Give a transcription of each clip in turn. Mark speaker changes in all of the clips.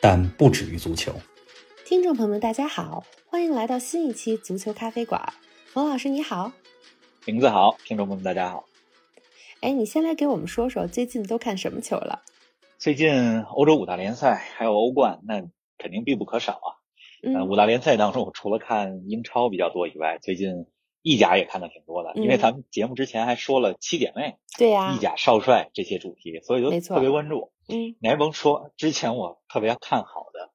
Speaker 1: 但不止于足球。
Speaker 2: 听众朋友们，大家好，欢迎来到新一期足球咖啡馆。冯老师你好，
Speaker 3: 名字好，听众朋友们大家好。
Speaker 2: 哎，你先来给我们说说最近都看什么球了？
Speaker 3: 最近欧洲五大联赛还有欧冠，那肯定必不可少啊。呃，
Speaker 2: 嗯
Speaker 3: 五大联赛当中，我除了看英超比较多以外，最近意甲也看的挺多的，因为
Speaker 2: 嗯
Speaker 3: 咱们节目之前还说了七姐妹、
Speaker 2: 对呀、
Speaker 3: 意甲少帅这些主题，所以就
Speaker 2: 没错
Speaker 3: 特别关注。
Speaker 2: 嗯
Speaker 3: 你还甭说，之前我特别看好的，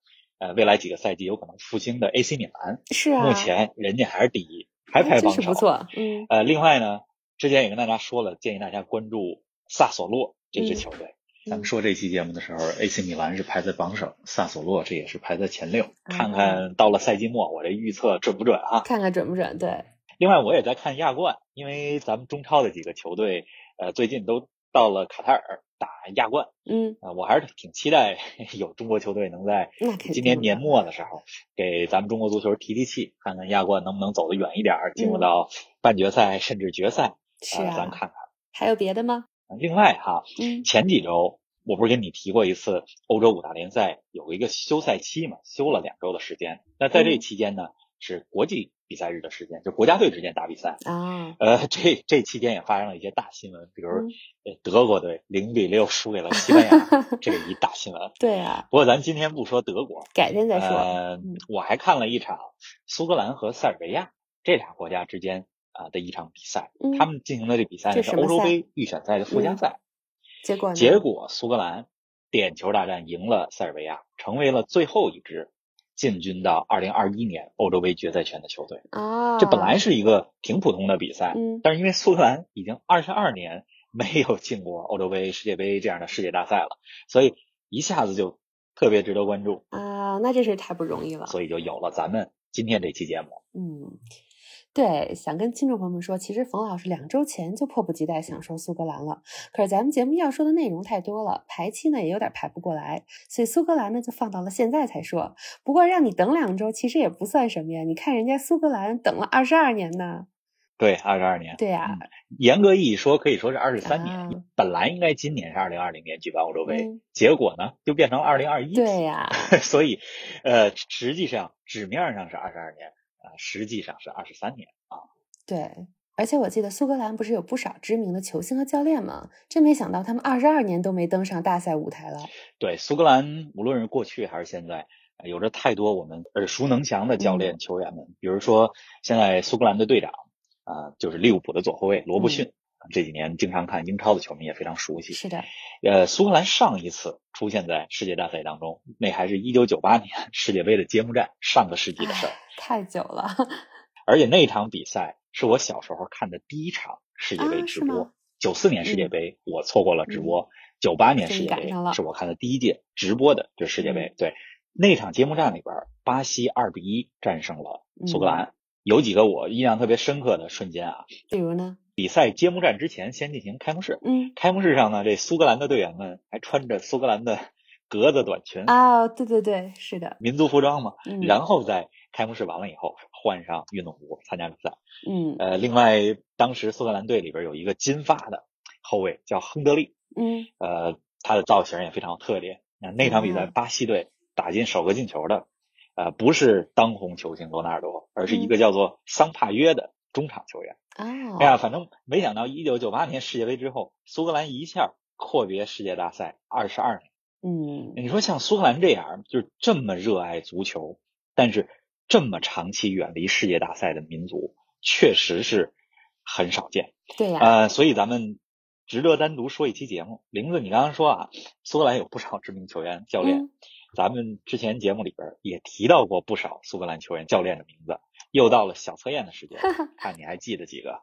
Speaker 3: 呃，未来几个赛季有可能复兴的 AC 米兰，
Speaker 2: 是啊，
Speaker 3: 目前人家还是第一，还
Speaker 2: 哎
Speaker 3: 排
Speaker 2: 真
Speaker 3: 榜
Speaker 2: 是
Speaker 3: 首。
Speaker 2: 不错，嗯
Speaker 3: 呃，另外呢，之前也跟大家说了，建议大家关注萨索洛这
Speaker 2: 嗯
Speaker 3: 支球队。咱们说这期节目的时候，AC 米兰是排在榜首，萨索洛这也是排在前六。
Speaker 2: 啊
Speaker 3: 看看到了赛季末，我这预测准不准啊？
Speaker 2: 看看准不准？对，
Speaker 3: 另外，我也在看亚冠，因为咱们中超的几个球队，呃，最近都到了卡塔尔打亚冠
Speaker 2: 嗯，
Speaker 3: 啊、呃我还是挺期待 有中国球队能在
Speaker 2: 那肯定。
Speaker 3: 今年年，末的时候，给咱们中国足球提提气，看看亚冠能不能走得远一点儿，进入
Speaker 2: 嗯
Speaker 3: 到半决赛甚至决赛。
Speaker 2: 是
Speaker 3: 呃咱
Speaker 2: 啊
Speaker 3: 们，看看。
Speaker 2: 还有别的吗？
Speaker 3: 另外哈，
Speaker 2: 嗯，
Speaker 3: 前几周我不是跟你提过一次，欧洲五大联赛有一个休赛期嘛，休了两周的时间。那在这
Speaker 2: 嗯
Speaker 3: 期间呢，是国际比赛日的时间，就国家队之间打比赛。
Speaker 2: 啊，
Speaker 3: 呃，这这期间也发生了一些大新闻，比如
Speaker 2: 嗯
Speaker 3: 呃德国队零比六输给了西班 牙，这一大新闻。
Speaker 2: 对啊，
Speaker 3: 不过咱今天不说德国，
Speaker 2: 改天再说。
Speaker 3: 呃
Speaker 2: 嗯，
Speaker 3: 我还看了一场苏格兰和塞尔维亚这俩国家之间啊、的一场比赛，
Speaker 2: 嗯
Speaker 3: 他们进行的这比赛
Speaker 2: 这
Speaker 3: 呢是
Speaker 2: 什么
Speaker 3: 欧洲
Speaker 2: 赛
Speaker 3: 杯预选赛的附加
Speaker 2: 嗯
Speaker 3: 赛。
Speaker 2: 结果呢？
Speaker 3: 结果苏格兰点球大战赢了塞尔维亚，成为了最后一支进军到2021年欧洲杯决赛圈的球队。
Speaker 2: 啊，
Speaker 3: 这本来是一个挺普通的比赛，
Speaker 2: 嗯
Speaker 3: 但是因为苏格兰已经22年没有进过欧洲杯、世界杯这样的世界大赛了，所以一下子就特别值得关注，
Speaker 2: 啊，那真是太不容易了。
Speaker 3: 所以就有了咱们今天这期节目。
Speaker 2: 嗯，对，想跟听众朋友们说，其实冯老师两周前就迫不及待想说苏格兰了，可是咱们节目要说的内容太多了，排期呢也有点排不过来，所以苏格兰呢就放到了现在才说。不过让你等两周，其实也不算什么呀，你看人家苏格兰等了二十二年呢。
Speaker 3: 对，2 2年，
Speaker 2: 对呀、
Speaker 3: 严格意义说可以说是23年。
Speaker 2: 啊
Speaker 3: 本来应该今年是2020年举办欧洲杯，
Speaker 2: 嗯
Speaker 3: 结果呢就变成2021。
Speaker 2: 对呀、
Speaker 3: 所以，呃，实际上纸面上是二十二年啊、实际上是二十三年啊。
Speaker 2: 对。而且我记得苏格兰不是有不少知名的球星和教练吗？真没想到他们二十二年都没登上大赛舞台了。
Speaker 3: 对，苏格兰无论是过去还是现在，呃有着太多我们耳熟能详的教
Speaker 2: 嗯
Speaker 3: 练、球员们，比如说现在苏格兰的队长啊、就是利物浦的左后卫罗伯逊。啊这几年经常看英超的球迷也非常熟悉。
Speaker 2: 嗯是的，
Speaker 3: 呃，苏格兰上一次出现在世界大赛当中，那还是一九九八年世界杯的揭幕战，上个世纪的事儿。
Speaker 2: 太久了
Speaker 3: 而且那场比赛是我小时候看的第一场世界杯
Speaker 2: 啊
Speaker 3: 直
Speaker 2: 是吗
Speaker 3: 播。九四、年世界
Speaker 2: 嗯
Speaker 3: 杯、我错过了直播，九八、年世界
Speaker 2: 终于赶
Speaker 3: 杯
Speaker 2: 上了嗯
Speaker 3: 是我看的第一届直播的，就是世界杯。对，那场揭幕战里边，巴西二比一战胜了苏
Speaker 2: 嗯
Speaker 3: 格兰。有几个我印象特别深刻的瞬间啊！
Speaker 2: 比如呢？
Speaker 3: 比赛揭幕战之前，先进行开幕式。
Speaker 2: 嗯，
Speaker 3: 开幕式上呢，这苏格兰的队员们还穿着苏格兰的 格子短裙、
Speaker 2: 啊，对对对，是的，
Speaker 3: 民族服装嘛，
Speaker 2: 嗯，
Speaker 3: 然后在开幕式完了以后，换上运动服参加比赛。
Speaker 2: 嗯
Speaker 3: 呃，另外，当时苏格兰队里边有一个金发的后卫叫亨德利，
Speaker 2: 嗯
Speaker 3: 呃，他的造型也非常有特点。那那场比赛，
Speaker 2: 嗯
Speaker 3: 巴西队打进首个进球的，呃，不是当红球星罗纳尔多，而是一个叫做桑帕约的中场球员。
Speaker 2: 啊，
Speaker 3: 哎呀，反正没想到，一九九八年世界杯之后，苏格兰一下阔别世界大赛二十二年。
Speaker 2: 嗯
Speaker 3: 你说像苏格兰这样，就是这么热爱足球，但是这么长期远离世界大赛的民族，确实是很少见。
Speaker 2: 对呀、
Speaker 3: 呃，所以咱们值得单独说一期节目。玲子，你刚刚说啊，苏格兰有不少知名球员、教练，
Speaker 2: 嗯
Speaker 3: 咱们之前节目里边也提到过不少苏格兰球员、教练的名字。又到了小测验的时间，看你还记得几个？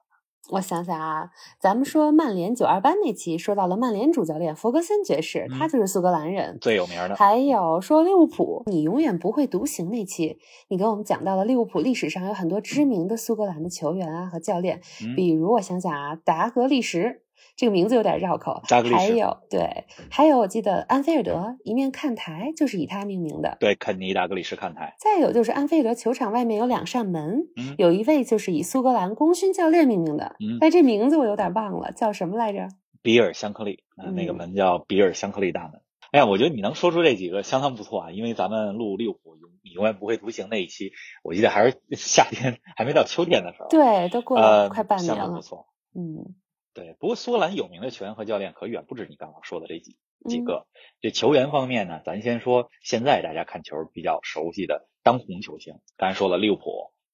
Speaker 2: 我想想啊，咱们说曼联九二班那期说到了曼联主教练弗格森爵士，
Speaker 3: 嗯
Speaker 2: 他就是苏格兰人。
Speaker 3: 最有名的。
Speaker 2: 还有说利物浦，你永远不会独行那期，你给我们讲到了利物浦历史上有很多知名的苏格兰的球员啊和教练，
Speaker 3: 嗯
Speaker 2: 比如我想想啊，达格利什这个名字有点绕口，
Speaker 3: 达格利什
Speaker 2: 还有对，还有我记得安菲尔德一面看台就是以他命名的。
Speaker 3: 对，肯尼达格里什看台，
Speaker 2: 再有就是安菲尔德球场外面有两扇门，
Speaker 3: 嗯
Speaker 2: 有一位就是以苏格兰功勋教练命名的，
Speaker 3: 嗯
Speaker 2: 但这名字我有点忘了，叫什么来着？
Speaker 3: 比尔香克利，嗯、那个
Speaker 2: 嗯
Speaker 3: 门叫比尔香克利大门。哎呀，我觉得你能说出这几个相当不错啊，因为咱们录利物浦永你永远不会独行那一期，我记得还是夏天，还没到秋天的时候。，
Speaker 2: 对，都过了
Speaker 3: 呃，
Speaker 2: 快半年
Speaker 3: 相当
Speaker 2: 了
Speaker 3: 不，错。
Speaker 2: 嗯，
Speaker 3: 对，不过苏格兰有名的球员和教练可远不止你刚刚说的这几几
Speaker 2: 嗯，
Speaker 3: 个。这球员方面呢，咱先说现在大家看球比较熟悉的当红球星，刚才说了利物浦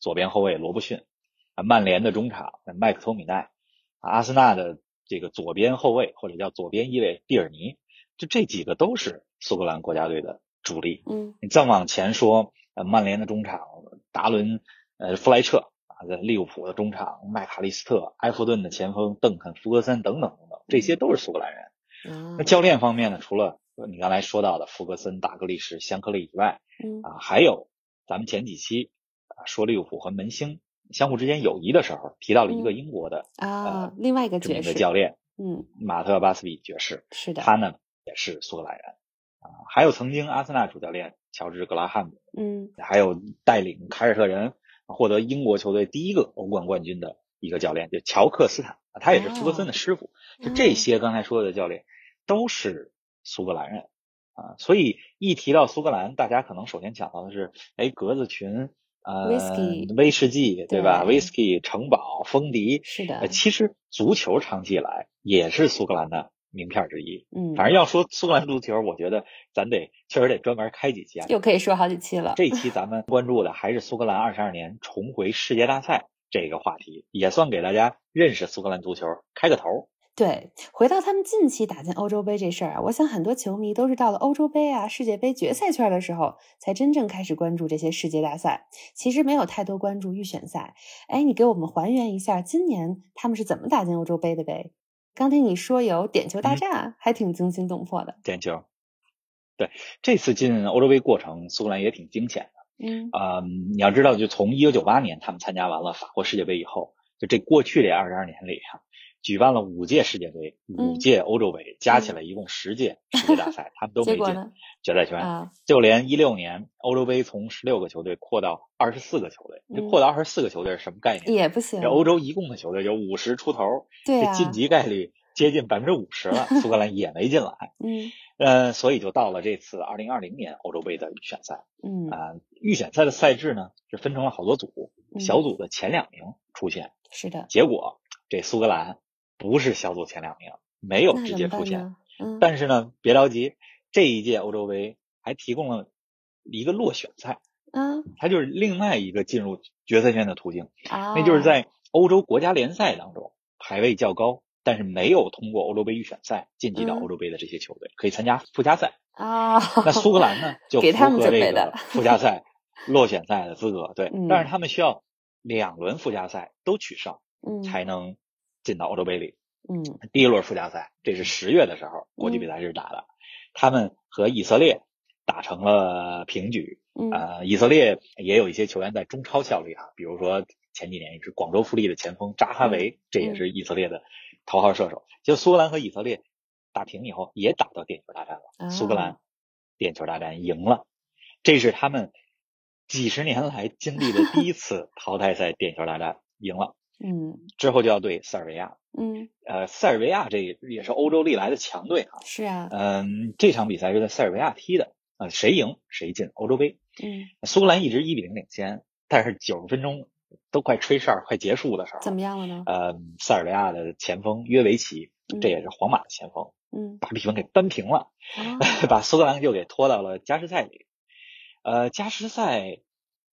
Speaker 3: 左边后卫罗伯逊，啊，曼联的中场麦克托米奈，啊阿森纳的这个左边后卫或者叫左边翼卫蒂尔尼，就这几个都是苏格兰国家队的主力。
Speaker 2: 嗯
Speaker 3: 你再往前说，呃，曼联的中场达伦，呃，弗莱彻啊，在利物浦的中场麦卡利斯特，埃弗顿的前锋邓肯·福格森等等等等，这
Speaker 2: 嗯
Speaker 3: 些都是苏格兰人。
Speaker 2: 啊
Speaker 3: 那，教练方面呢，除了呃你刚才说到的福格森、达格利什、香克利以外，
Speaker 2: 嗯
Speaker 3: 啊，还有咱们前几期啊说利物浦和门兴相互之间友谊的时候，提到了一个
Speaker 2: 嗯
Speaker 3: 英国的
Speaker 2: 啊
Speaker 3: 呃，
Speaker 2: 另外一个
Speaker 3: 知名
Speaker 2: 爵
Speaker 3: 的
Speaker 2: 士，
Speaker 3: 教练
Speaker 2: 嗯，
Speaker 3: 马特·巴斯比爵士，
Speaker 2: 是的，
Speaker 3: 他呢也是苏格兰人啊，还有曾经阿森纳主教练乔治·格拉汉姆。
Speaker 2: 嗯
Speaker 3: 还有带领凯尔特人获得英国球队第一个欧冠冠军的一个教练，就乔克斯坦，啊他也是福格森的师傅。就
Speaker 2: 哦
Speaker 3: 这些刚才说的教练都是苏格兰人啊，所以一提到苏格兰，大家可能首先想到的是，哎，格子裙，呃
Speaker 2: Whisky
Speaker 3: 威士忌，对吧
Speaker 2: 对
Speaker 3: ？Whisky、城堡、风笛。
Speaker 2: 是的
Speaker 3: 呃，其实足球长期以来也是苏格兰的名片之一。
Speaker 2: 嗯，
Speaker 3: 反正要说苏格兰足球，我觉得咱得确实得专门开几期啊，
Speaker 2: 又可以说好几期了，
Speaker 3: 啊这一期咱们关注的还是苏格兰二十二年重回世界大赛这个话题，也算给大家认识苏格兰足球开个头。
Speaker 2: 对，回到他们近期打进欧洲杯这事儿啊，我想很多球迷都是到了欧洲杯啊、世界杯决赛圈的时候，才真正开始关注这些世界大赛。其实没有太多关注预选赛。哎，你给我们还原一下今年他们是怎么打进欧洲杯的呗？刚听你说有点球大
Speaker 3: 嗯
Speaker 2: 战，还挺惊心动魄的。
Speaker 3: 点球，对，这次进欧洲杯过程，苏格兰也挺惊险
Speaker 2: 嗯
Speaker 3: 的。嗯，你要知道，就从一九九八年他们参加完了法国世界杯以后，就这过去这二十二年里啊，举办了五届世界杯、五
Speaker 2: 嗯
Speaker 3: 届欧洲杯，加起来一共十届世界大赛，他们都
Speaker 2: 结
Speaker 3: 没
Speaker 2: 果
Speaker 3: 进
Speaker 2: 呢？
Speaker 3: 决赛圈。
Speaker 2: 啊，
Speaker 3: 就连一六年欧洲杯从十六个球队扩到二十四个球队，这
Speaker 2: 嗯
Speaker 3: 扩到二十四个球队是什么概念？
Speaker 2: 也不行
Speaker 3: 这。欧洲一共的球队有五十出头，
Speaker 2: 对
Speaker 3: 这
Speaker 2: 啊，
Speaker 3: 晋级概率接近百分之五十了，苏格兰也没进来。
Speaker 2: 嗯
Speaker 3: 呃，所以就到了这次二零二零年欧洲杯的预选赛
Speaker 2: 嗯，
Speaker 3: 啊、预选赛的赛制呢是分成了好多组，
Speaker 2: 嗯
Speaker 3: 小组的前两名出现，
Speaker 2: 是的，
Speaker 3: 结果这苏格兰不是小组前两名，没有
Speaker 2: 那
Speaker 3: 直
Speaker 2: 怎
Speaker 3: 接
Speaker 2: 么
Speaker 3: 出
Speaker 2: 办
Speaker 3: 现，
Speaker 2: 呢？嗯，
Speaker 3: 但是呢，别着急，这一届欧洲杯还提供了一个落选赛，
Speaker 2: 嗯
Speaker 3: 它就是另外一个进入决赛圈的途径，
Speaker 2: 啊，
Speaker 3: 那就是在欧洲国家联赛当中排位较高，但是没有通过欧洲杯预选赛晋级到
Speaker 2: 嗯
Speaker 3: 欧洲杯的这些球队，可以参加附加赛。
Speaker 2: 啊，
Speaker 3: 那苏格 兰呢，就
Speaker 2: 给
Speaker 3: 符
Speaker 2: 他们
Speaker 3: 合
Speaker 2: 准
Speaker 3: 这
Speaker 2: 备
Speaker 3: 个
Speaker 2: 的
Speaker 3: 附加赛、落选赛的资格， 对
Speaker 2: 嗯，
Speaker 3: 但是他们需要两轮附加赛都取胜，
Speaker 2: 嗯
Speaker 3: 才能进到欧洲杯里。
Speaker 2: 嗯
Speaker 3: 第一轮附加赛，这是十月的时候国际比赛日打的，他们和以色列打成了平局。
Speaker 2: 嗯
Speaker 3: 呃，以色列也有一些球员在中超效力啊，比如说前几年一支广州富力的前锋扎哈维，这也是以色列的头号射手。就苏格兰和以色列打平以后，也打到点球大战了，
Speaker 2: 啊
Speaker 3: 苏格兰点球大战赢了，这是他们几十年来经历的第一次淘汰赛点球大战赢了，
Speaker 2: 嗯
Speaker 3: 之后就要对塞尔维亚了。
Speaker 2: 嗯，
Speaker 3: 呃，塞尔维亚这也是欧洲历来的强队啊。
Speaker 2: 是啊，
Speaker 3: 嗯，这场比赛是在塞尔维亚踢的，呃，谁赢谁进欧洲杯。
Speaker 2: 嗯，
Speaker 3: 苏格兰一直一比零领先，但是九十分钟都快吹哨、快结束的时候，
Speaker 2: 怎么样了呢？
Speaker 3: 呃，塞尔维亚的前锋约维奇，这
Speaker 2: 嗯
Speaker 3: 也是皇马的前锋，
Speaker 2: 嗯
Speaker 3: 把比分给扳平了，
Speaker 2: 啊
Speaker 3: 把苏格兰就给拖到了加时赛里。呃，加时赛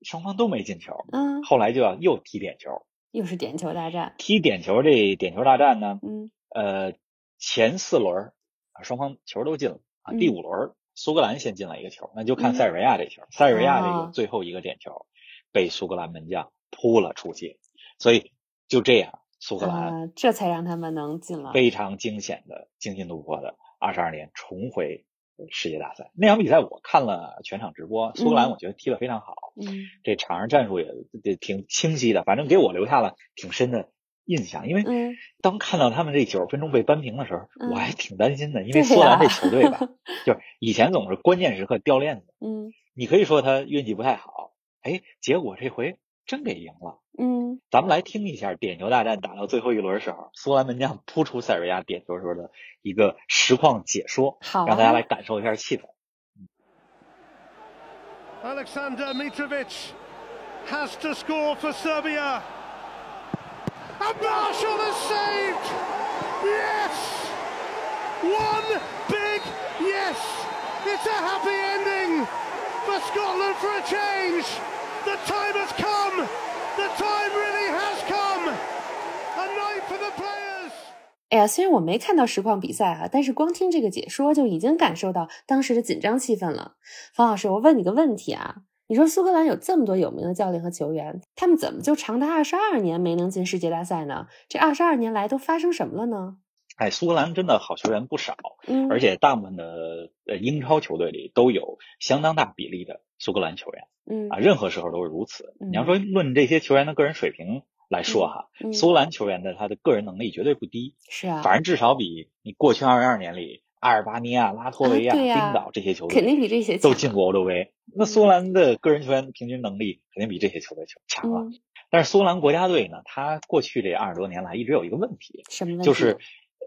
Speaker 3: 双方都没进球，
Speaker 2: 嗯，
Speaker 3: 后来就要又踢点球，
Speaker 2: 又是点球大战，
Speaker 3: 踢点球这点球大战呢，
Speaker 2: 嗯
Speaker 3: 呃，前四轮儿啊，双方球都进了啊，第
Speaker 2: 嗯
Speaker 3: 五轮儿苏格兰先进了一个球，那就看
Speaker 2: 嗯
Speaker 3: 塞尔维亚这球，塞尔维亚这
Speaker 2: 哦
Speaker 3: 个最后一个点球被苏格兰门将扑了出去，所以就这样，苏格兰
Speaker 2: 啊，这才让他们能进了。
Speaker 3: 非常惊险的、惊心动魄的二十二年重回世界大赛。那场比赛我看了全场直播，苏格兰我觉得踢得非常好，
Speaker 2: 嗯
Speaker 3: 这场上战术也也挺清晰的，反正给我留下了挺深的印象。因为
Speaker 2: 嗯，
Speaker 3: 当看到他们这九十分钟被扳平的时候，
Speaker 2: 嗯
Speaker 3: 我还挺担心的，因
Speaker 2: 对
Speaker 3: 为苏格兰这
Speaker 2: 呀
Speaker 3: 球 队吧，就是以前总是关键时刻掉链子，
Speaker 2: 嗯
Speaker 3: 你可以说他运气不太好，哎，结果这回真给赢了。
Speaker 2: 嗯
Speaker 3: 咱们来听一下点球大战打到最后一轮时候，苏格兰门将扑出塞尔维亚点球时候的一个实况解说，
Speaker 2: 好啊
Speaker 3: 让大家来感受一下气氛。
Speaker 4: Alexander Mitrovic has to score for Serbia. And Marshall has saved! Yes! One big yes! It's a happy ending for Scotland for a change! The time has come! The time really has come! A night for the players!
Speaker 2: 哎呀，虽然我没看到实况比赛啊，但是光听这个解说就已经感受到当时的紧张气氛了。方老师，我问你个问题啊，你说苏格兰有这么多有名的教练和球员，他们怎么就长达二十二年没能进世界大赛呢？这二十二年来都发生什么了呢？
Speaker 3: 哎，苏格兰真的好球员不少，
Speaker 2: 嗯，
Speaker 3: 而且大部分的呃英超球队里都有相当大比例的苏格兰球员
Speaker 2: 嗯
Speaker 3: 啊，任何时候都是如此。
Speaker 2: 嗯
Speaker 3: 你要说论这些球员的个人水平来说哈，
Speaker 2: 嗯
Speaker 3: 苏格兰球员的他的个人能力绝对不低，
Speaker 2: 是啊，
Speaker 3: 反正至少比你过去二十二年里阿尔巴尼亚、拉脱维亚、
Speaker 2: 啊对呀
Speaker 3: 冰岛这些球
Speaker 2: 肯
Speaker 3: 队
Speaker 2: 定比这些
Speaker 3: 都
Speaker 2: 强嗯
Speaker 3: 进过欧洲杯。那苏格兰的个人球员平均能力肯定比这些球队球强了。
Speaker 2: 嗯，
Speaker 3: 但是苏格兰国家队呢，他过去这二十多年来一直有一个问题，
Speaker 2: 什么问题？
Speaker 3: 就是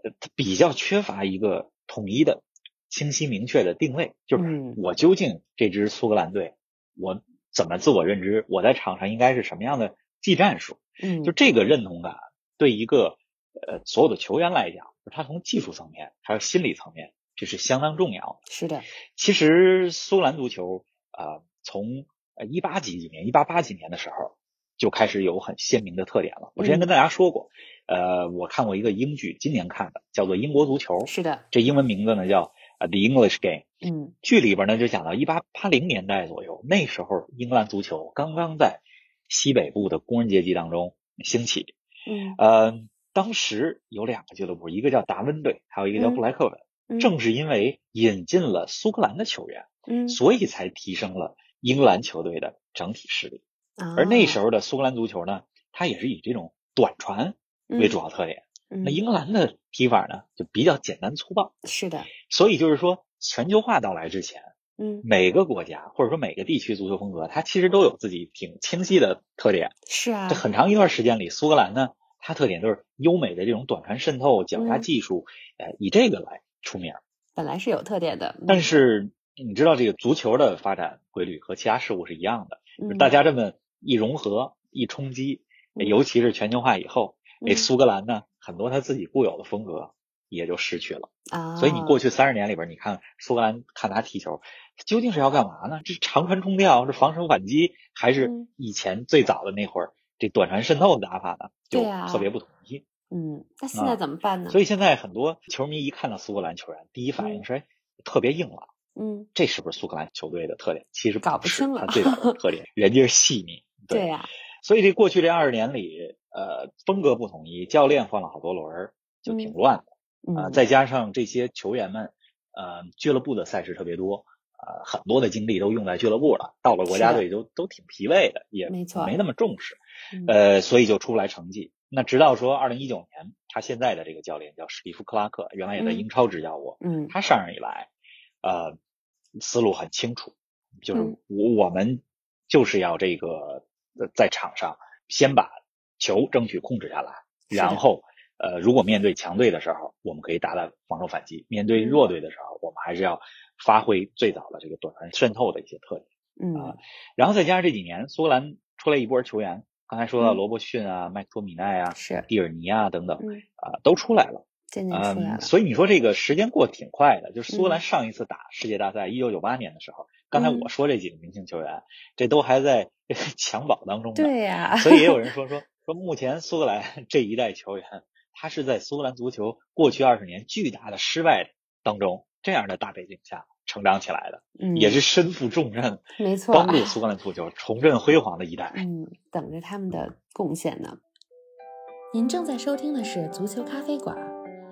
Speaker 3: 呃它比较缺乏一个统一的、清晰明确的定位，就是
Speaker 2: 嗯
Speaker 3: 我究竟这支苏格兰队，我怎么自我认知，我在场上应该是什么样的技战术。
Speaker 2: 嗯，
Speaker 3: 就这个认同感，对一个呃所有的球员来讲，他从技术层面还有心理层面，这是相当重要的。
Speaker 2: 是的，
Speaker 3: 其实苏格兰足球啊、呃从呃一八几几年、一八八几年的时候就开始有很鲜明的特点了。我之前
Speaker 2: 嗯
Speaker 3: 跟大家说过，呃，我看过一个英剧，今年看的，叫做《英国足球》，
Speaker 2: 是的，
Speaker 3: 这英文名字呢叫呃《The English Game》。
Speaker 2: 嗯
Speaker 3: 剧里边呢就讲到一八八零年代左右，那时候英格兰足球刚刚在西北部的工人阶级当中兴起，
Speaker 2: 嗯
Speaker 3: 呃，当时有两个俱乐部，一个叫达温队，还有一个叫布莱克文。
Speaker 2: 嗯，
Speaker 3: 正是因为引进了苏格兰的球员，
Speaker 2: 嗯，
Speaker 3: 所以才提升了英格兰球队的整体实力。
Speaker 2: 啊
Speaker 3: 而那时候的苏格兰足球呢，它也是以这种短传为主要特点。
Speaker 2: 嗯，
Speaker 3: 那
Speaker 2: 嗯
Speaker 3: 英格兰的踢法呢，就比较简单粗暴。
Speaker 2: 是的，
Speaker 3: 所以就是说，全球化到来之前，
Speaker 2: 嗯
Speaker 3: 每个国家或者说每个地区足球风格，它其实都有自己挺清晰的特点。
Speaker 2: 是啊
Speaker 3: 这，很长一段时间里，苏格兰呢，它特点就是优美的这种短传渗透、脚下
Speaker 2: 嗯嗯
Speaker 3: 技术，呃，以这个来出名儿。
Speaker 2: 本来是有特点的，
Speaker 3: 但是你知道，这个足球的发展规律和其他事物是一样的，就是大家
Speaker 2: 家
Speaker 3: 这么一融合、一冲击，
Speaker 2: 嗯
Speaker 3: 尤其是全球化以后，这苏格兰呢，很多它自己固有的风格也就失去了。
Speaker 2: 啊，
Speaker 3: 所以你过去三十年里边，你看苏格兰看他踢球，究竟是要干嘛呢？这是长传冲吊，是防守反击，还是
Speaker 2: 嗯
Speaker 3: 以前最早的那会儿这短传渗透的打法呢？就
Speaker 2: 对啊
Speaker 3: 特别不统一。
Speaker 2: 嗯，那现在
Speaker 3: 啊
Speaker 2: 怎么办呢？
Speaker 3: 所
Speaker 2: 以
Speaker 3: 以现在很多球迷一看到苏格兰球员，第一反应是、哎特别硬朗，
Speaker 2: 嗯，
Speaker 3: 这是不是苏格兰球队的特点？其实
Speaker 2: 搞
Speaker 3: 不
Speaker 2: 不
Speaker 3: 是
Speaker 2: 清了
Speaker 3: 它最早的特点，人家是细 腻。
Speaker 2: 对啊呀，
Speaker 3: 所以这过去这二十年里，呃，风格不统一，教练换了好多轮儿，就挺
Speaker 2: 嗯
Speaker 3: 乱的。啊、
Speaker 2: 嗯，
Speaker 3: 再加上这些球员们，呃，俱乐部的赛事特别多，呃，很多的精力都用在俱乐部了，到了国家
Speaker 2: 是
Speaker 3: 队都都挺疲惫的，也
Speaker 2: 没错
Speaker 3: 没那么重视，
Speaker 2: 嗯
Speaker 3: 呃，所以就出不来成绩。那直到说二零一九年，他现在的这个教练叫史蒂夫·克拉克，原来也在
Speaker 2: 嗯
Speaker 3: 英超执教过，
Speaker 2: 嗯
Speaker 3: 他上任以来，呃，思路很清楚，就是
Speaker 2: 嗯
Speaker 3: 我我们就是要这个呃在场上先把球争取控制下来，
Speaker 2: 是的
Speaker 3: 然后呃，如果面对强队的时候，我们可以打打防守反击；面对
Speaker 2: 嗯
Speaker 3: 弱队的时候，我们还是要发挥最早的这个短传渗透的一些特点。
Speaker 2: 嗯
Speaker 3: 然后再加上这几年苏格兰出来一波球员，刚才说到
Speaker 2: 嗯
Speaker 3: 罗伯逊啊、麦克托米奈啊、
Speaker 2: 是，
Speaker 3: 蒂尔尼啊等等
Speaker 2: 嗯，
Speaker 3: 啊、都出来了。
Speaker 2: 渐渐出来
Speaker 3: 嗯，
Speaker 2: 了，
Speaker 3: 所以你说这个时间过得挺快的，就是苏格兰
Speaker 2: 嗯
Speaker 3: 上一次打世界大赛，一九九八年的时候，刚才
Speaker 2: 嗯
Speaker 3: 我说这几个明星球员，这都还在 襁褓当中呢。
Speaker 2: 对呀，
Speaker 3: 所以也有人说说说，目前苏格兰 这一代球员，他是在苏格兰足球过去二十年巨大的失败当中，这样的大背景下成长起来的，
Speaker 2: 嗯
Speaker 3: 也是身负重任，
Speaker 2: 没错，啊嗯
Speaker 3: 帮助苏格兰足球重振辉煌的一代。
Speaker 2: 嗯，等着他们的贡献呢。
Speaker 5: 您正在收听的是《足球咖啡馆》，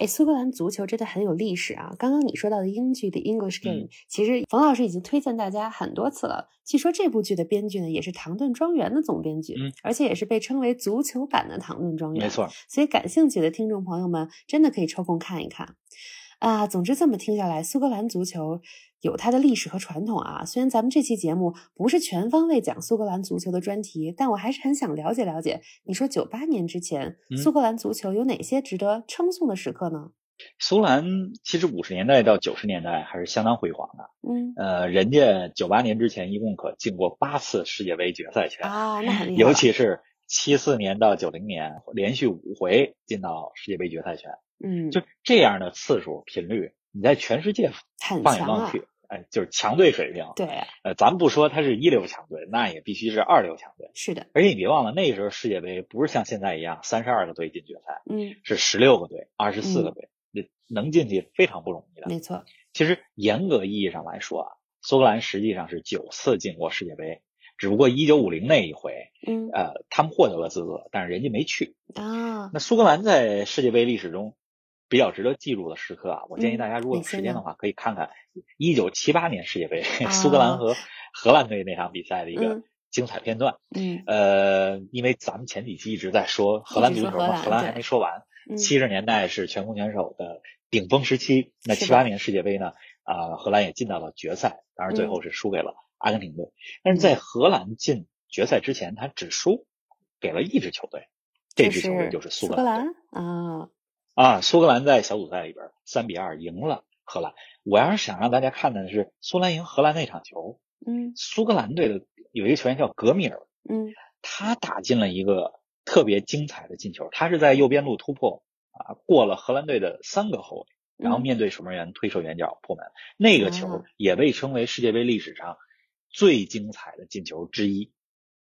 Speaker 2: 哎，苏格兰足球真的很有历史啊！刚刚你说到的英剧《The English
Speaker 3: 嗯
Speaker 2: Game》，其实冯老师已经推荐大家很多次了。据说这部剧的编剧呢，也是《唐顿庄园》的总编剧，
Speaker 3: 嗯
Speaker 2: 而且也是被称为足球版的《唐顿庄园》。
Speaker 3: 没错，
Speaker 2: 所以感兴趣的听众朋友们，真的可以抽空看一看。啊，总之这么听下来，苏格兰足球有它的历史和传统啊。虽然咱们这期节目不是全方位讲苏格兰足球的专题，但我还是很想了解了解。你说九八年之前，
Speaker 3: 嗯
Speaker 2: 苏格兰足球有哪些值得称颂的时刻呢？
Speaker 3: 苏格兰其实五十年代到九十年代还是相当辉煌的。
Speaker 2: 嗯
Speaker 3: 呃，人家九八年之前一共可进过八次世界杯决赛圈，
Speaker 2: 啊，那很厉害了。
Speaker 3: 呃尤其是七四年到九零年连续五回进到世界杯决赛圈，
Speaker 2: 嗯，
Speaker 3: 就这样的次数频率，你在全世界
Speaker 2: 很
Speaker 3: 放眼
Speaker 2: 强
Speaker 3: 望
Speaker 2: 啊
Speaker 3: 去。，哎，就是强队水平。
Speaker 2: 对啊，
Speaker 3: 呃，咱不说它是一流强队，那也必须是二流强队。
Speaker 2: 是的，
Speaker 3: 而且你别忘了，那时候世界杯不是像现在一样三十二个队进决赛，
Speaker 2: 嗯，
Speaker 3: 是十六个队、二十四个
Speaker 2: 嗯
Speaker 3: 队，那能进去非常不容易的。
Speaker 2: 没错，
Speaker 3: 其实严格意义上来说啊，苏格兰实际上是九次进过世界杯，只不过一九五零那一回，
Speaker 2: 嗯
Speaker 3: 呃，他们获得了资格，但是人家没去。
Speaker 2: 啊，
Speaker 3: 那苏格兰在世界杯历史中比较值得记住的时刻啊，我建议
Speaker 2: 嗯
Speaker 3: 大家如果有
Speaker 2: 哪些
Speaker 3: 时间的
Speaker 2: 呢啊
Speaker 3: 话，可以看看一九七八年世界杯苏格兰和荷兰队那场比赛的一
Speaker 2: 嗯
Speaker 3: 个精彩片段。
Speaker 2: 嗯
Speaker 3: 呃，因为咱们前几期一直在说荷兰
Speaker 2: 一
Speaker 3: 足
Speaker 2: 直
Speaker 3: 球
Speaker 2: 说
Speaker 3: 嘛，
Speaker 2: 荷兰
Speaker 3: 荷兰
Speaker 2: 对
Speaker 3: 还没说完。
Speaker 2: 嗯，
Speaker 3: 七十年代是全攻全守的顶峰时期，那
Speaker 2: 是
Speaker 3: 七
Speaker 2: 的
Speaker 3: 八年世界杯呢，啊、荷兰也进到了决赛，当然最
Speaker 2: 嗯
Speaker 3: 后是输给了阿根廷队。但是在荷兰进决赛之前，他只输给了一支球队，这支球队就是苏
Speaker 2: 格
Speaker 3: 格兰队。
Speaker 2: 啊，
Speaker 3: 啊，苏格兰在小组赛里边三比二赢了荷兰。我要是想让大家看的是苏格兰赢荷兰那场球，
Speaker 2: 嗯
Speaker 3: 苏格兰队的有一个球员叫格米尔，
Speaker 2: 嗯
Speaker 3: 他打进了一个特别精彩的进球，他是在右边路突破啊，过了荷兰队的三个后卫，然后
Speaker 2: 嗯
Speaker 3: 面对守门员推射远角破门，那个
Speaker 2: 啊
Speaker 3: 球也被称为世界杯历史上最精彩的进球之一，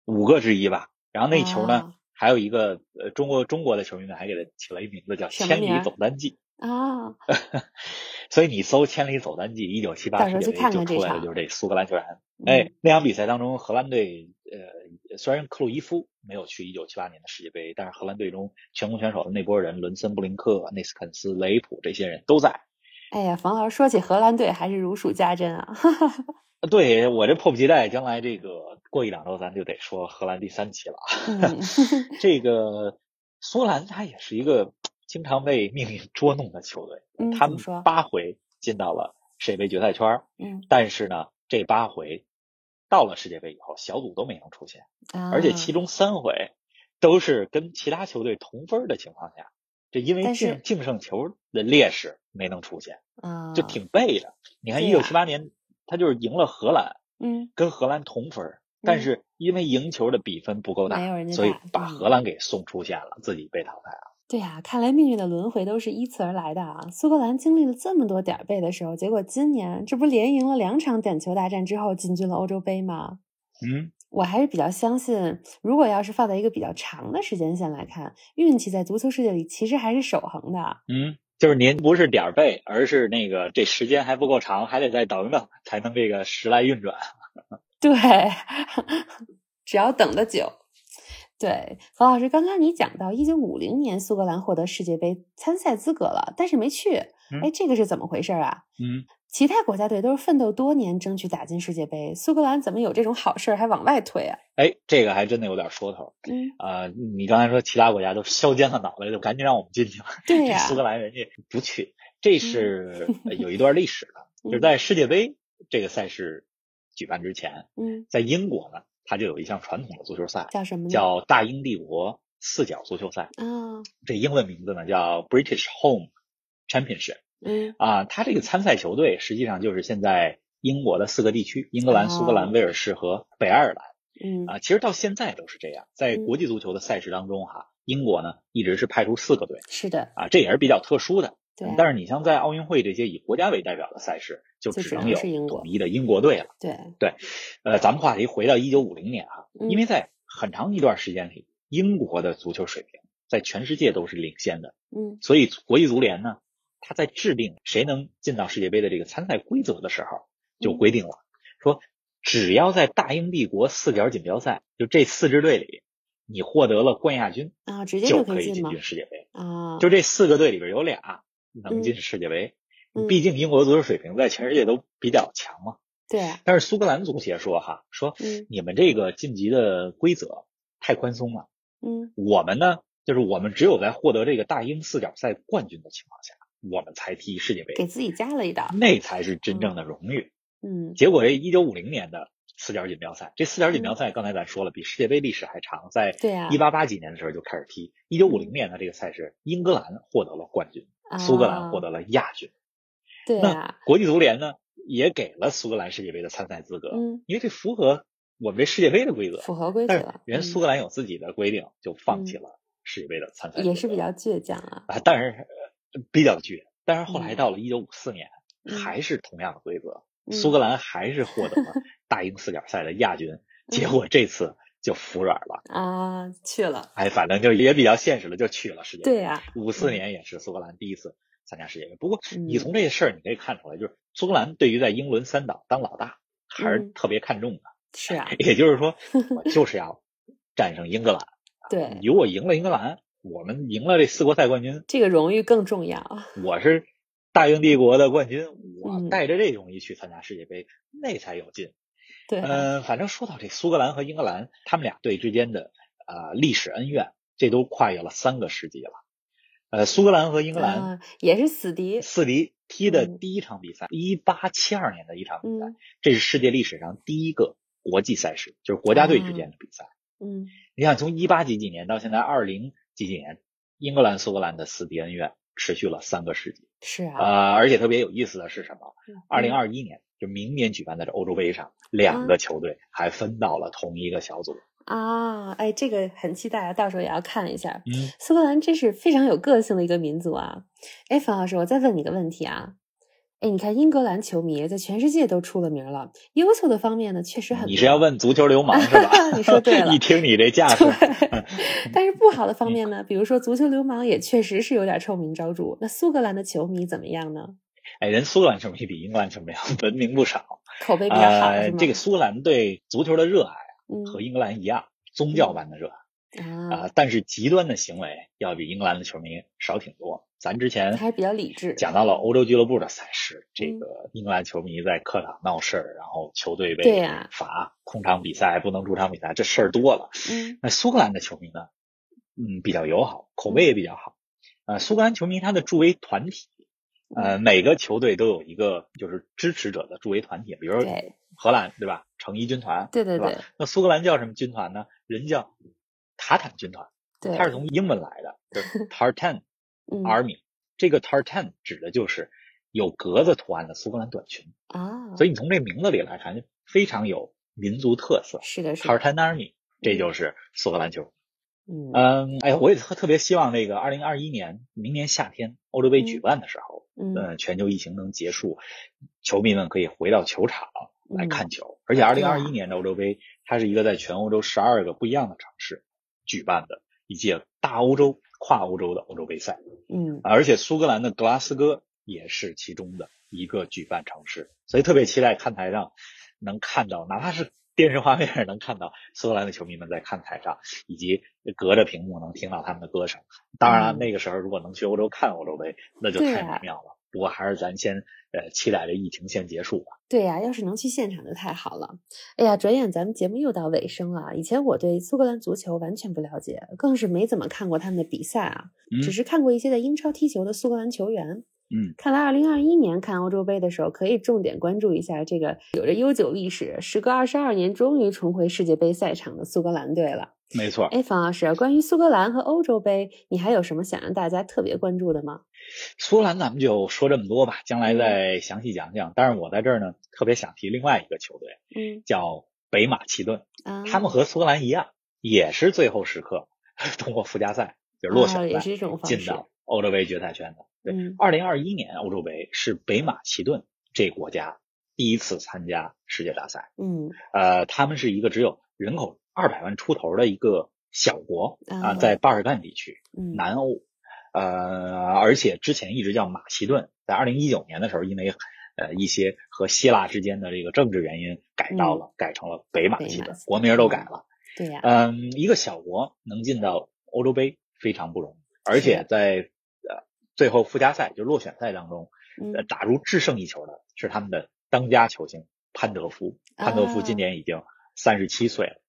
Speaker 3: 五个之一吧。然后那球呢，
Speaker 2: 啊
Speaker 3: 还有一个呃中国中国的球迷们还给他起了一名字叫“
Speaker 2: 什么
Speaker 3: 千里
Speaker 2: 名儿
Speaker 3: 走单骑
Speaker 2: 啊，”，
Speaker 3: 所以你搜“千里走单骑”，一九七八
Speaker 2: 到
Speaker 3: 世
Speaker 2: 时候
Speaker 3: 界
Speaker 2: 去
Speaker 3: 杯
Speaker 2: 看
Speaker 3: 就
Speaker 2: 看这
Speaker 3: 出来的
Speaker 2: 场
Speaker 3: 就是这苏格兰球员
Speaker 2: 嗯
Speaker 3: 哎，那场比赛当中，荷兰队呃，虽然克鲁伊夫没有去一九七八年的世界杯，但是荷兰队中全攻全守的那波人，伦森、布林克、内斯肯斯、雷普这些人都在。
Speaker 2: 哎呀，冯老师说起荷兰队还是如数家珍啊，
Speaker 3: 呃对我这迫不及待，将来这个过一两周咱就得说荷兰第三期 了。啊
Speaker 2: 嗯
Speaker 3: 这个苏格兰它也是一个经常被命运捉弄的球队，
Speaker 2: 嗯，
Speaker 3: 他
Speaker 2: 怎
Speaker 3: 们
Speaker 2: 么说？
Speaker 3: 八回进到了世界杯决赛圈儿，
Speaker 2: 嗯
Speaker 3: 但是呢，这八回到了世界杯以后，小组都没能出现。
Speaker 2: 啊嗯
Speaker 3: 而且其
Speaker 2: 中
Speaker 3: 中三回都是跟其他球队同分儿的情况下，这因为
Speaker 2: 但是
Speaker 3: 净净胜球的劣势没能出现，
Speaker 2: 啊，
Speaker 3: 就挺背的。你看
Speaker 2: 对
Speaker 3: 一
Speaker 2: 呀
Speaker 3: 九七八年，他就是赢了荷兰，
Speaker 2: 嗯
Speaker 3: 跟荷兰同分儿，但
Speaker 2: 嗯
Speaker 3: 是因为赢球的比分不够
Speaker 2: 没有
Speaker 3: 大
Speaker 2: 人，家
Speaker 3: 所以
Speaker 2: 大
Speaker 3: 把
Speaker 2: 嗯
Speaker 3: 荷兰给送出线了，自己被淘汰了。
Speaker 2: 对呀、看来命运的轮回都是依次而来的啊！苏格兰经历了这么多点儿背的时候，结果今年这不连赢了两场点球大战之后进军了欧洲杯吗？
Speaker 3: 嗯，
Speaker 2: 我还是比较相信，如果要是放在一个比较长的时间线来看，运气在足球世界里其实还是守恒的。
Speaker 3: 嗯，就是您不是点儿背，而是那个这时间还不够长，还得再等等才能这个时来运转。
Speaker 2: 对，只要等得久。对，冯老师，刚刚你讲到一九五零年苏格兰获得世界杯参赛资格了，但是没去，
Speaker 3: 嗯
Speaker 2: 哎，这个是怎么回事儿啊？
Speaker 3: 嗯。
Speaker 2: 其他国家队都是奋斗多年争取打进世界杯，苏格兰怎么有这种好事儿还往外推啊？
Speaker 3: 哎，这个还真的有点说头。
Speaker 2: 嗯，
Speaker 3: 啊，你刚才说其他国家都削尖了脑袋，就赶紧让我们进去吧。
Speaker 2: 对
Speaker 3: 这
Speaker 2: 呀、
Speaker 3: 苏格兰人家不去，这是呃有一段历史的，就是
Speaker 2: 嗯
Speaker 3: 在世界杯这个赛事举办之前，
Speaker 2: 嗯，
Speaker 3: 在英国呢，它就有一项传统的足球赛，
Speaker 2: 叫什么呢？
Speaker 3: 叫大英帝国四角足球赛。
Speaker 2: 啊，
Speaker 3: 这英文名字呢叫 British Home Championship
Speaker 2: 嗯
Speaker 3: 啊，它这个参赛球队实际上就是现在英国的四个地区：英格兰、苏格
Speaker 2: 哦
Speaker 3: 兰、威尔士和北爱尔兰。
Speaker 2: 嗯
Speaker 3: 啊，其实到现在都是这样，在
Speaker 2: 嗯
Speaker 3: 国际足球的赛事当中哈，英国呢一直是派出四个队
Speaker 2: 是的，
Speaker 3: 啊，这也是比较特殊的。
Speaker 2: 对啊
Speaker 3: 但是你像在奥运会这些以国家为代表的赛事，就
Speaker 2: 就
Speaker 3: 只
Speaker 2: 只
Speaker 3: 能
Speaker 2: 能
Speaker 3: 有
Speaker 2: 是英国
Speaker 3: 统一的英国队了。
Speaker 2: 对，
Speaker 3: 呃，咱们话题回到一九五零年啊，
Speaker 2: 嗯
Speaker 3: 因为在很长一段时间里，英国的足球水平在全世界都是领先的，
Speaker 2: 嗯
Speaker 3: 所以国际足联呢，它在制定谁能进到世界杯的这个参赛规则的时候，就规定了说，只要在大英帝国四角锦标赛，就这四支队里，你获得了冠亚军，
Speaker 2: 啊，直接
Speaker 3: 就
Speaker 2: 可
Speaker 3: 可以
Speaker 2: 以进
Speaker 3: 进
Speaker 2: 吗？
Speaker 3: 军世界杯。
Speaker 2: 啊，
Speaker 3: 就这四个队里边有俩
Speaker 2: 嗯
Speaker 3: 能进世界杯，
Speaker 2: 嗯
Speaker 3: 毕竟英国足球水平在全世界都比较强嘛。
Speaker 2: 对啊，
Speaker 3: 但是苏格兰足协说哈，说
Speaker 2: 嗯
Speaker 3: 你们这个晋级的规则太宽松了，
Speaker 2: 嗯
Speaker 3: 我们呢，就是我们只有在获得这个大英四角赛冠军的情况下，我们才踢世界
Speaker 2: 给
Speaker 3: 杯，
Speaker 2: 自己加了一道，
Speaker 3: 那才是真正的荣誉。
Speaker 2: 嗯嗯
Speaker 3: 结果这一九五零年的四角锦标赛，这四角锦标赛刚才咱说了，比世界杯历史还长，在
Speaker 2: 对啊嗯
Speaker 3: 一八八几年的时候就开始踢，一九五零年的这个赛事，英格兰获得了冠军，苏格兰获
Speaker 2: 啊，
Speaker 3: 得了亚军。
Speaker 2: 对
Speaker 3: 那
Speaker 2: 啊，
Speaker 3: 国际足联呢，也给了苏格兰世界杯的参赛资格，
Speaker 2: 嗯，
Speaker 3: 因为这符合我们这世界杯的规则。
Speaker 2: 符合规则
Speaker 3: 但是，人家苏
Speaker 2: 嗯
Speaker 3: 格兰有自己的规定，就放弃了世界杯的参赛资格，
Speaker 2: 也是比较倔强啊，
Speaker 3: 啊，但是呃比较倔。但是后来
Speaker 2: 嗯
Speaker 3: 到了一九五四年，
Speaker 2: 嗯
Speaker 3: 还是同样的规则，苏格兰还是获 得了大英四角赛的亚军，结果这次就服软了。
Speaker 2: 嗯啊去了，
Speaker 3: 哎，反正就也比较现实了，就去了世界杯。
Speaker 2: 对啊，
Speaker 3: 五四
Speaker 2: 嗯
Speaker 3: 年也是苏格兰第一次参加世界杯。不过
Speaker 2: 嗯
Speaker 3: 你从这个事儿你可以看出来，就是苏格兰对于在英伦三岛当老大还是
Speaker 2: 嗯
Speaker 3: 特别看重的。
Speaker 2: 是啊，
Speaker 3: 也就是说，我就是要战胜英格兰。
Speaker 2: 对，
Speaker 3: 如果赢了英格兰，我们赢了这四国赛冠军，
Speaker 2: 这个荣誉更重要，啊
Speaker 3: 我是大英帝国的冠军，
Speaker 2: 嗯
Speaker 3: 我带着这荣誉去参加世界杯，那才有劲。
Speaker 2: 对啊，
Speaker 3: 嗯、反正说到这苏格兰和英格兰，他们俩队之间的啊、呃历史恩怨，这都跨越了三个世纪了。呃，苏格兰和英格兰
Speaker 2: 啊也是死敌，
Speaker 3: 四敌踢的
Speaker 2: 嗯
Speaker 3: 第一场比赛，一八七二年的一场比赛，
Speaker 2: 嗯
Speaker 3: 这是世界历史上第一个国际赛事，就是国家队之间的比赛。
Speaker 2: 嗯
Speaker 3: 你想，从一八几几年到现在二零几几年，英格兰、苏格兰的死敌恩怨持续了三个世纪。
Speaker 2: 是啊，
Speaker 3: 呃，而且特别有意思的是什么？二零
Speaker 2: 嗯
Speaker 3: 二一年，就明年举办的这欧洲杯上，两个球队还分到了同一个小组。
Speaker 2: 啊，哎，这个很期待，啊，到时候也要看一下。
Speaker 3: 嗯，
Speaker 2: 苏格兰真是非常有个性的一个民族啊！哎，冯老师，我再问你个问题啊。哎，你看英格兰球迷在全世界都出了名了，优秀的方面呢确实很多。
Speaker 3: 你是要问足球流氓是吧
Speaker 2: ？你说对了
Speaker 3: 一听你这架势，嗯
Speaker 2: 对，但是不好的方面呢，比如说足球流氓也确实是有点臭名昭著。那苏格兰的球迷怎么样呢？
Speaker 3: 哎，人苏格兰球迷比英格兰球迷要文明不少。
Speaker 2: 口碑比较好、
Speaker 3: 呃
Speaker 2: 是，吗？
Speaker 3: 这个苏格兰对足球的热爱
Speaker 2: 嗯
Speaker 3: 和英格兰一样，宗教般的热爱啊、
Speaker 2: 啊，
Speaker 3: 但是极端的行为要比英格兰的球迷少挺多。咱之前
Speaker 2: 还是比较理智
Speaker 3: 讲到了欧洲俱乐部的赛事，这
Speaker 2: 嗯
Speaker 3: 个英格兰球迷在客场闹事儿，然后球队
Speaker 2: 对
Speaker 3: 被
Speaker 2: 呀
Speaker 3: 罚空场比赛不能主场比赛，这事儿多了。
Speaker 2: 嗯
Speaker 3: 那苏格兰的球迷呢，嗯，比较友好，口碑也
Speaker 2: 嗯
Speaker 3: 比较好。呃，苏格兰球迷他的助威团体，
Speaker 2: 嗯
Speaker 3: 呃，每个球队都有一个就是支持者的助威团体，比如
Speaker 2: 对
Speaker 3: 荷兰对吧，成衣军团，
Speaker 2: 对对
Speaker 3: 是吧
Speaker 2: 对
Speaker 3: 那苏格兰叫什么军团呢？人叫塔坦军团，
Speaker 2: 对，
Speaker 3: 它是从英文来的，就是 Tartan
Speaker 2: 嗯
Speaker 3: Army。这个 Tartan 指的就是有格子图案的苏格兰短裙，
Speaker 2: 啊，
Speaker 3: 所以你从这名字里来看，非常有民族特色。
Speaker 2: 是的，是的，
Speaker 3: Tartan Army，这就是苏格兰球。
Speaker 2: 嗯
Speaker 3: 嗯，哎呀，我也特特别希望那个二零二一年明年夏天欧洲杯举办的时候，
Speaker 2: 嗯
Speaker 3: 嗯，全球疫情能结束，球迷们可以回到球场来
Speaker 2: 嗯
Speaker 3: 看球。而且二
Speaker 2: 对
Speaker 3: 零
Speaker 2: 啊
Speaker 3: 二一年的欧洲杯，它是一个在全欧洲十二个不一样的城市举办的一届大欧洲、跨欧洲的欧洲杯赛，
Speaker 2: 嗯，
Speaker 3: 而且苏格兰的格拉斯哥也是其中的一个举办城市，所以特别期待看台上能看到，哪怕是电视画面上能看到苏格兰的球迷们在看台上，以及隔着屏幕能听到他们的歌声。当然了，
Speaker 2: 嗯
Speaker 3: 那个时候如果能去欧洲看欧洲杯，那就
Speaker 2: 对
Speaker 3: 太
Speaker 2: 啊
Speaker 3: 美妙了。不过还是咱先呃期待这疫情先结束吧。
Speaker 2: 对呀、要是能去现场就太好了。哎呀，转眼咱们节目又到尾声了。以前我对苏格兰足球完全不了解，更是没怎么看过他们的比赛啊，
Speaker 3: 嗯
Speaker 2: 只是看过一些在英超踢球的苏格兰球员。
Speaker 3: 嗯，
Speaker 2: 看来二零二一年看欧洲杯的时候，可以重点关注一下这个有着悠久历史、时隔二十二年终于重回世界杯赛场的苏格兰队了。
Speaker 3: 没错。
Speaker 2: 哎，冯老师，关于苏格兰和欧洲杯，你还有什么想让大家特别关注的吗？
Speaker 3: 苏格兰咱们就说这么多吧，将来再详细讲讲。但是我在这儿呢，特别想提另外一个球队，
Speaker 2: 嗯
Speaker 3: 叫北马其顿。
Speaker 2: 啊，
Speaker 3: 他们和苏格兰一样，也是最后时刻通过附加赛，就是落
Speaker 2: 啊
Speaker 3: 选
Speaker 2: 也
Speaker 3: 赛
Speaker 2: 是一种方
Speaker 3: 进
Speaker 2: 式
Speaker 3: 到欧洲杯决赛圈的。对
Speaker 2: 嗯，
Speaker 3: 二零二一年欧洲杯是北马其顿这国家第一次参加世界大赛，
Speaker 2: 嗯
Speaker 3: 呃，他们是一个只有人口二百万出头的一个小国啊、
Speaker 2: 啊
Speaker 3: 在巴尔干地区，
Speaker 2: 嗯，
Speaker 3: 南欧，呃，而且之前一直叫马其顿，在二零一九年的时候，因为呃一些和希腊之间的这个政治原因，改到了、改成了北马
Speaker 2: 嗯北
Speaker 3: 其
Speaker 2: 马
Speaker 3: 顿
Speaker 2: 其，
Speaker 3: 国名儿都
Speaker 2: 顿
Speaker 3: 改了。
Speaker 2: 对呀，
Speaker 3: 嗯，一个小国能进到欧洲杯非常不容易，而且在呃最后附加赛就落选赛当中，呃
Speaker 2: 嗯
Speaker 3: 打入制胜一球的是他们的当家球星潘德夫。潘德夫今
Speaker 2: 啊
Speaker 3: 年已经三十七岁了，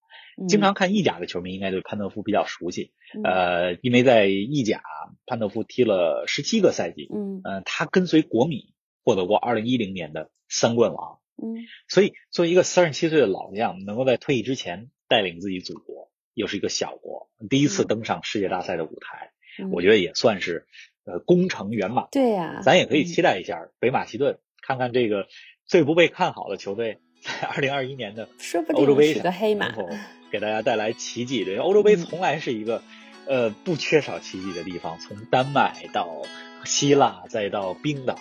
Speaker 3: 经常看意甲的球迷应该对潘德夫比较熟悉。
Speaker 2: 嗯
Speaker 3: 呃，因为在意甲，潘德夫踢了十七个赛季，
Speaker 2: 嗯
Speaker 3: 呃，他跟随国米获得过二零一零年的三冠王，
Speaker 2: 嗯
Speaker 3: 所以作为一个三十七岁的老将，能够在退役之前带领自己祖国，又是一个小国，第一次
Speaker 2: 嗯
Speaker 3: 登上世界大赛的舞台，
Speaker 2: 嗯，
Speaker 3: 我
Speaker 2: 得
Speaker 3: 觉得也算是呃功成圆满。
Speaker 2: 对呀，
Speaker 3: 咱也可以
Speaker 2: 嗯
Speaker 3: 期待一下北马其顿，看看这个最不被看好的球队在二零二一年的
Speaker 2: 说不
Speaker 3: 欧洲杯
Speaker 2: 定是
Speaker 3: 上
Speaker 2: 个黑马
Speaker 3: 能，否给大家带来奇迹。对，欧洲杯
Speaker 2: 嗯
Speaker 3: 从来是一个、呃不缺少奇迹的地方，从丹麦到希腊，再到冰岛，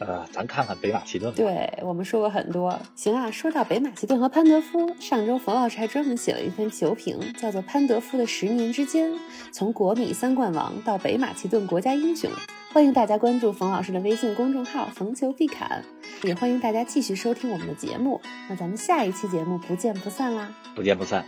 Speaker 3: 呃，咱看看北马其顿吧。
Speaker 2: 对我们说过很多。行啊，说到北马其顿和潘德夫，上周冯老师还专门写了一篇球评，叫做《潘德夫的十年之间：从国米三冠王到北马其顿国家英雄》。欢迎大家关注冯老师的微信公众号“冯球必侃”，也欢迎大家继续收听我们的节目。那咱们下一期节目不见不散啦！
Speaker 3: 不见不散。